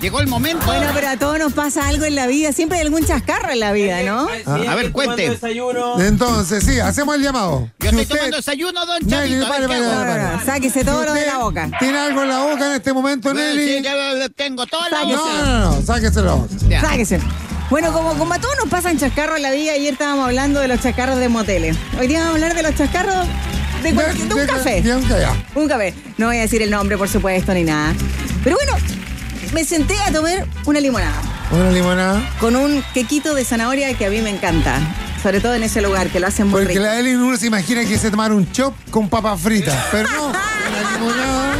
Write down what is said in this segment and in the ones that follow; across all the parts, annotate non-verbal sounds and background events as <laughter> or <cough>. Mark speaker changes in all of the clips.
Speaker 1: Llegó el momento.
Speaker 2: Bueno, pero a todos nos pasa algo en la vida. Siempre hay algún chascarro en la vida, ¿no?
Speaker 1: ¿Ah?
Speaker 3: Eh,
Speaker 1: A ver, cuente.
Speaker 4: Desayuno.
Speaker 3: Entonces, sí, hacemos el
Speaker 1: Yo
Speaker 3: llamado. Si
Speaker 1: estoy
Speaker 3: usted-
Speaker 1: tomando desayuno, don
Speaker 3: Nelly,
Speaker 1: Chavito. a
Speaker 3: pare,
Speaker 1: ver qué
Speaker 3: pare,
Speaker 1: hago.
Speaker 3: pare.
Speaker 2: No, no, no. Sáquese todo lo de la
Speaker 3: usted
Speaker 2: boca.
Speaker 3: Tiene algo en la boca en este momento,
Speaker 1: Bueno, Pues sí,
Speaker 3: Nelly.
Speaker 1: ya tengo todo la
Speaker 3: No,
Speaker 1: boca.
Speaker 3: no, no, sáqueselo.
Speaker 1: Ya.
Speaker 2: Sáquese. Bueno, como, como a todos nos pasan chascarros en la vida, ayer estábamos hablando de los chascarros de moteles. Hoy día vamos a hablar de los chascarros de, cualquier- de un café.
Speaker 3: de un café, ya.
Speaker 2: Un café. No voy a decir el nombre, por supuesto, ni nada. Pero bueno, me senté a tomar una limonada.
Speaker 3: Una limonada.
Speaker 2: con un quequito de zanahoria que a mí me encanta. Sobre todo en ese lugar, que lo hacen muy
Speaker 3: Porque
Speaker 2: rico.
Speaker 3: la Eli uno se imagina que se tomar un chop con papas fritas. Pero no, una limonada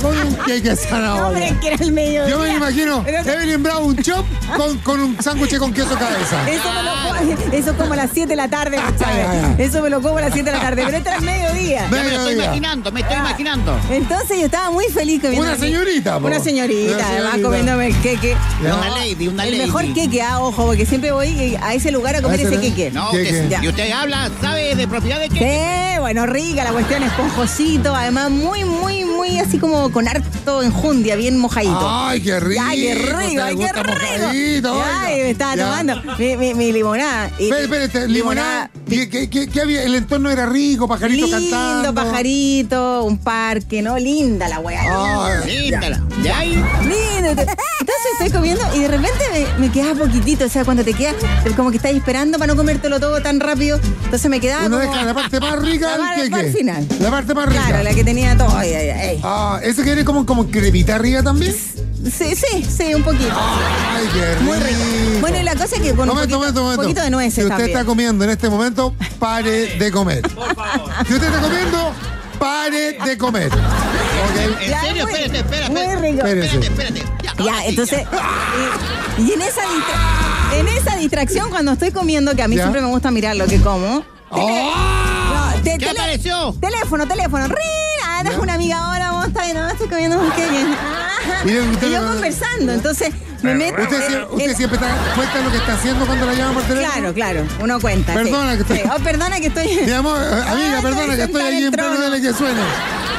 Speaker 3: con un cake de
Speaker 2: No, hombre,
Speaker 3: zanahoria.
Speaker 2: que era el medio.
Speaker 3: Yo me imagino
Speaker 2: Pero-
Speaker 3: Evelyn Brown un chop con, con un sándwich con queso cabeza.
Speaker 2: Eso, me lo como, <laughs> eso como a las 7 de la tarde,
Speaker 3: Ah,
Speaker 2: muchachos. Eso me lo como a las 7 de la tarde, pero esto era el mediodía. Ah.
Speaker 1: Ya me lo estoy
Speaker 3: Mediodía.
Speaker 1: imaginando, me estoy imaginando.
Speaker 2: Entonces yo estaba muy feliz comiendo.
Speaker 3: Una señorita, po.
Speaker 2: Una señorita,
Speaker 3: Una
Speaker 2: además
Speaker 3: señorita.
Speaker 2: comiéndome el queque.
Speaker 3: Ya.
Speaker 1: Una lady, una
Speaker 2: el
Speaker 1: lady.
Speaker 2: mejor queque, ah, ojo, porque siempre voy a ese lugar a comer
Speaker 3: ese
Speaker 2: ese
Speaker 3: lugar. pues.
Speaker 2: queque.
Speaker 1: No,
Speaker 3: ¿Qué,
Speaker 1: usted-
Speaker 2: qué?
Speaker 1: y usted habla, ¿sabe de propiedad de qué?
Speaker 2: Sí, bueno, rica, la cuestión esponjosito, además muy, muy, muy así como con harto enjundia, bien mojadito.
Speaker 3: Ay, qué Ah, rico.
Speaker 2: Ay, qué
Speaker 3: te
Speaker 2: rico, ay, qué
Speaker 3: gusta mojadito,
Speaker 2: rico.
Speaker 3: oiga.
Speaker 2: Ay, me estaba
Speaker 3: Ya.
Speaker 2: tomando mi, mi- mi limonada. Y-
Speaker 3: Espera, espera, este, limonada. ¿Qué, qué, qué- qué había? El entorno era rico, pajarito
Speaker 2: Lindo
Speaker 3: cantando.
Speaker 2: pajarito, un parque, ¿no? Linda la weá.
Speaker 3: Ay,
Speaker 1: Líndala. Y ahí,
Speaker 3: Ah.
Speaker 2: Lindo. Entonces estoy comiendo y de repente me, me quedaba poquitito. O sea, cuando te quedas, como que estás esperando para no comértelo todo tan rápido. Entonces me quedaba
Speaker 3: uno
Speaker 2: Ah, como-
Speaker 3: deja la parte más rica
Speaker 2: La
Speaker 3: del
Speaker 2: parte
Speaker 3: queque.
Speaker 2: final.
Speaker 3: La parte más rica.
Speaker 2: Claro, la que tenía todo. Ay, ay, ay.
Speaker 3: Ah, ¿ese que era como, como crepita arriba también?
Speaker 2: Sí, sí, sí, un poquito.
Speaker 3: Ay, qué rico.
Speaker 2: Muy rico. Bueno, y la cosa es que con un
Speaker 3: Momento,
Speaker 2: poquito,
Speaker 3: momento, momento.
Speaker 2: poquito de nueces
Speaker 3: Si usted
Speaker 2: también.
Speaker 3: está comiendo en este momento, pare de comer.
Speaker 4: Por favor.
Speaker 3: Si usted está comiendo, pare
Speaker 2: <laughs>
Speaker 3: de comer.
Speaker 1: en
Speaker 2: Claro,
Speaker 1: serio,
Speaker 2: muy-
Speaker 1: espérate, espérate.
Speaker 2: muy rico.
Speaker 3: Espérese.
Speaker 1: Espérate, espérate. Ya, ahora
Speaker 2: Ya,
Speaker 1: sí,
Speaker 2: entonces. Y, y en, esa distra- en esa distracción, cuando estoy comiendo, que a mí
Speaker 3: Ya.
Speaker 2: siempre me gusta mirar lo que como.
Speaker 3: ¡Oh!
Speaker 2: no, te-
Speaker 1: ¿Qué
Speaker 2: tele-
Speaker 1: apareció?
Speaker 2: Teléfono, teléfono. ¡Rin! Ah, trajo una amiga ahora, vos estás no, estoy comiendo un queque. Ah,
Speaker 3: Mira, usted
Speaker 2: y yo
Speaker 3: no-
Speaker 2: conversando, entonces me meto.
Speaker 3: Usted,
Speaker 2: el-
Speaker 3: sie- usted
Speaker 2: el-
Speaker 3: siempre está, cuenta lo que está haciendo cuando la llaman por teléfono.
Speaker 2: Claro, claro, uno cuenta. sí.
Speaker 3: Perdona que estoy-
Speaker 2: Sí, oh, perdona que estoy.
Speaker 3: Mi amor, eh, amiga,
Speaker 2: Ah,
Speaker 3: perdona que
Speaker 2: sentada
Speaker 3: estoy
Speaker 2: en
Speaker 3: ahí
Speaker 2: el
Speaker 3: en pleno
Speaker 2: trono.
Speaker 3: de que suena.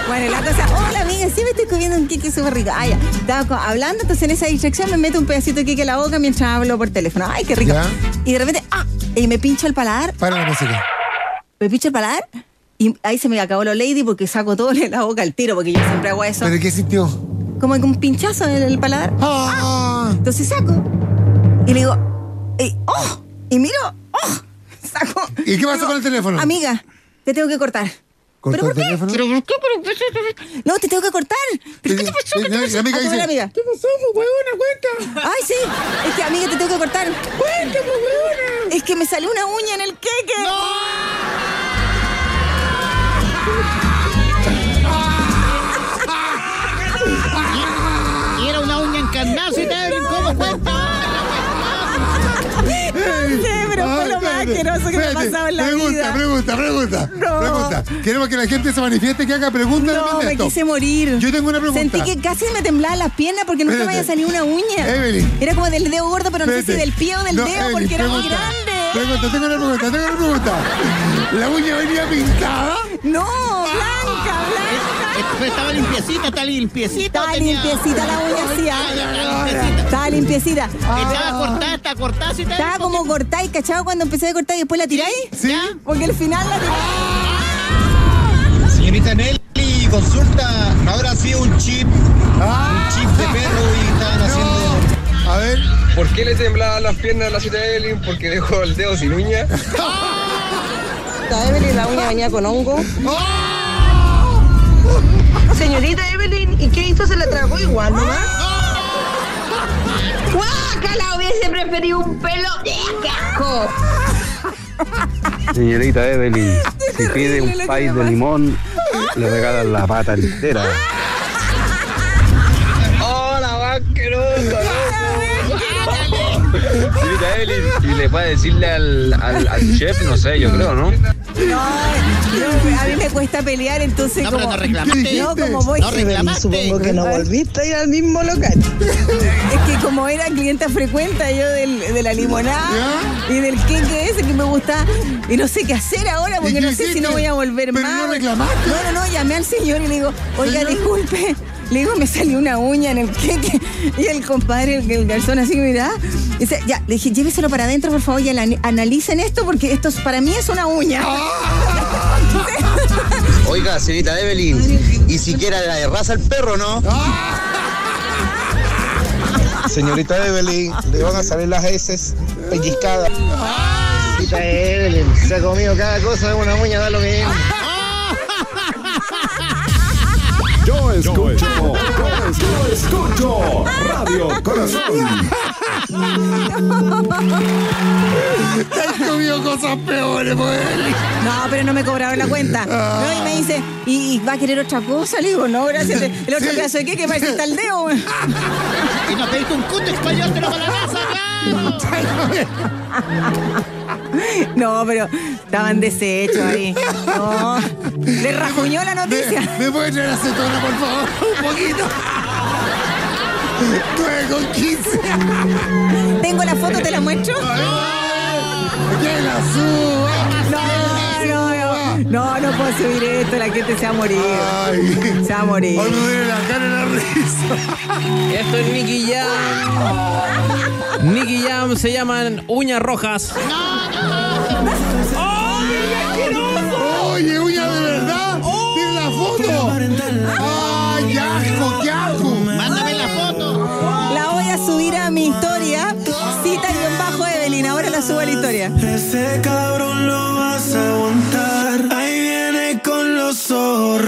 Speaker 2: Bueno, la cosa, hola amiga, sí me estoy comiendo un queque súper rico. Ah, ya. Estaba co- hablando, entonces en esa distracción me meto un pedacito de queque a la boca mientras hablo por teléfono. Ay, qué rico.
Speaker 3: Ya.
Speaker 2: Y de repente, ah, y me pincho el paladar,
Speaker 3: Para la música.
Speaker 2: me pincho el paladar. Y ahí se me acabó lo lady porque saco todo <laughs> de la boca al tiro, porque yo siempre hago eso.
Speaker 3: ¿Pero qué sintió?
Speaker 2: Como que un pinchazo en el paladar.
Speaker 3: ¡Ah!
Speaker 2: Entonces saco. Y le digo, "Ey, ¡oh! Y miro, ¡oh! <laughs> Saco.
Speaker 3: ¿Y qué pasó
Speaker 2: Digo,
Speaker 3: con el teléfono?
Speaker 2: Amiga, te tengo que cortar.
Speaker 3: ¿Cortó
Speaker 2: ¿Pero por
Speaker 3: el
Speaker 2: qué?
Speaker 3: teléfono?
Speaker 1: ¿Pero por qué? ¿Pero por qué?
Speaker 2: No, te tengo que cortar. ¿Pero qué te
Speaker 3: Sí,
Speaker 2: pasó? ¿Qué te
Speaker 3: sí, la
Speaker 2: pasó?
Speaker 3: amiga
Speaker 2: A toda
Speaker 3: dice,
Speaker 2: la Ah, amiga.
Speaker 3: ¿Qué pasó, huevona? Cuenta.
Speaker 2: Ay, sí. Es que, amiga, te tengo que cortar.
Speaker 3: Cuenta, pues, huevona.
Speaker 2: Es que me salió una uña en el queque.
Speaker 1: Y era una uña encarnada, si te ¿cómo cuenta?
Speaker 2: No sé, pero fue lo más asqueroso que me ha
Speaker 3: Espérate,
Speaker 2: pasado en la
Speaker 3: pregunta,
Speaker 2: vida.
Speaker 3: Pregunta, pregunta,
Speaker 2: No.
Speaker 3: pregunta. Queremos que la gente se manifieste, que haga preguntas.
Speaker 2: No,
Speaker 3: depende de
Speaker 2: me
Speaker 3: esto.
Speaker 2: quise morir.
Speaker 3: Yo tengo una pregunta.
Speaker 2: Sentí que casi me temblaban las piernas porque nunca me
Speaker 3: Espérate.
Speaker 2: había salido una uña.
Speaker 3: Evelyn.
Speaker 2: Era como del dedo gordo, pero no sé si
Speaker 3: Espérate.
Speaker 2: del pie o del
Speaker 3: No,
Speaker 2: dedo
Speaker 3: Evelyn,
Speaker 2: porque era muy
Speaker 3: pregunta,
Speaker 2: grande.
Speaker 3: Pregunta, tengo una pregunta, tengo una pregunta. ¿La uña venía pintada?
Speaker 2: No,
Speaker 1: Ah,
Speaker 2: blanca, blanca.
Speaker 1: Pero estaba limpiecita, está limpiecita.
Speaker 2: Estaba
Speaker 1: tenía-
Speaker 2: limpiecita la uña así.
Speaker 1: Estaba
Speaker 2: ah.
Speaker 1: limpiecita.
Speaker 2: Estaba limpiecita.
Speaker 1: Estaba cortada, está cortada, si te
Speaker 2: Estaba como cortáis, ¿cachado? Cuando empecé a cortar y después la tiráis.
Speaker 3: ¿Sí?
Speaker 2: Porque al final la tiráis.
Speaker 5: Señorita Nelly, consulta, ¿no habrá sido un chip,
Speaker 3: Ah,
Speaker 5: chip de perro y estaban haciendo...
Speaker 3: no. A ver.
Speaker 6: ¿Por qué le temblaban las piernas a la ciudad de Evelyn? Porque dejó el dedo sin uña.
Speaker 7: Señorita Evelyn, la uña venía con hongo.
Speaker 1: ¡Oh!
Speaker 7: Señorita Evelyn, ¿y qué hizo? ¿Se la tragó igual nomás?
Speaker 1: ¡Oh!
Speaker 8: la Hubiese preferido un pelo. ¡Qué asco!
Speaker 9: Señorita Evelyn, si
Speaker 2: terrible
Speaker 9: pide
Speaker 2: lo que
Speaker 9: un país
Speaker 2: me
Speaker 9: de
Speaker 2: pasa.
Speaker 9: limón, le regalan la pata entera.
Speaker 6: <laughs> ¡Hola, banquerosa! Señorita Evelyn, y le puede decirle al, al, al chef, no sé, yo creo, ¿no?
Speaker 2: No, yo- a mí me cuesta pelear, entonces
Speaker 1: No, pero
Speaker 2: como...
Speaker 1: no reclamaste.
Speaker 2: No, como voy...
Speaker 1: No reclamaste.
Speaker 7: no volviste a ir al mismo local.
Speaker 2: Es que como era clienta frecuente yo del- de la limonada y del queque ese que me gusta y no sé qué hacer ahora
Speaker 3: ¿Y
Speaker 2: porque
Speaker 3: qué
Speaker 2: no sé si
Speaker 3: hiciste?
Speaker 2: no voy a volver
Speaker 3: Pero
Speaker 2: más.
Speaker 3: no reclamaste.
Speaker 2: No, no, no, llamé al señor y le digo, oiga,
Speaker 3: Señor.
Speaker 2: disculpe, Le digo, me salió una uña en el queque. Y el compadre, el, el garzón así, mira. Dice, ya, le dije, lléveselo para adentro, por favor, y ala- analicen esto, porque esto es- para mí es una uña.
Speaker 3: Ah.
Speaker 5: Oiga, señorita Evelyn, y siquiera la de raza el perro, ¿no?
Speaker 9: Señorita Evelyn, le van a salir las heces pellizcadas.
Speaker 5: Señorita Evelyn, se ha comido cada cosa de una muña, da lo mismo.
Speaker 4: Yo escucho, yo escucho Radio Corazón.
Speaker 3: He comido cosas peores, pues.
Speaker 2: No, pero no me cobraron la cuenta. No, y me dice, ¿y, y va a querer otra cosa? Le digo, no, gracias. El el otro
Speaker 3: Ah. Sí.
Speaker 2: caso de qué, que parece tal dedo.
Speaker 1: Y nos pediste un cutex para llevártelo para la casa, claro.
Speaker 2: <laughs> No, pero estaban deshechos ahí. No, le rajuñó la noticia.
Speaker 3: ¿Me puede traer acetona, por favor? Un poquito. 9 con 15.
Speaker 2: Tengo la foto, te la muestro.
Speaker 3: ¡Que la suba!
Speaker 2: No, no, no. No, no puedo subir esto, la gente se va a morir.
Speaker 3: Ay.
Speaker 2: Se va a morir.
Speaker 3: Hoy me duele la cara y la risa.
Speaker 10: Esto es Nicky Jam. Nicky Jam se llaman uñas rojas.
Speaker 3: Oye, uña de verdad. Tiene la foto. Ay, qué asco, qué asco.
Speaker 1: Mándame la foto.
Speaker 2: La voy a subir a mi historia. Cita guión bajo Evelyn, ahora la subo a la historia.
Speaker 4: Ese cabrón lo vas a aguantar. Ahí viene con los ojos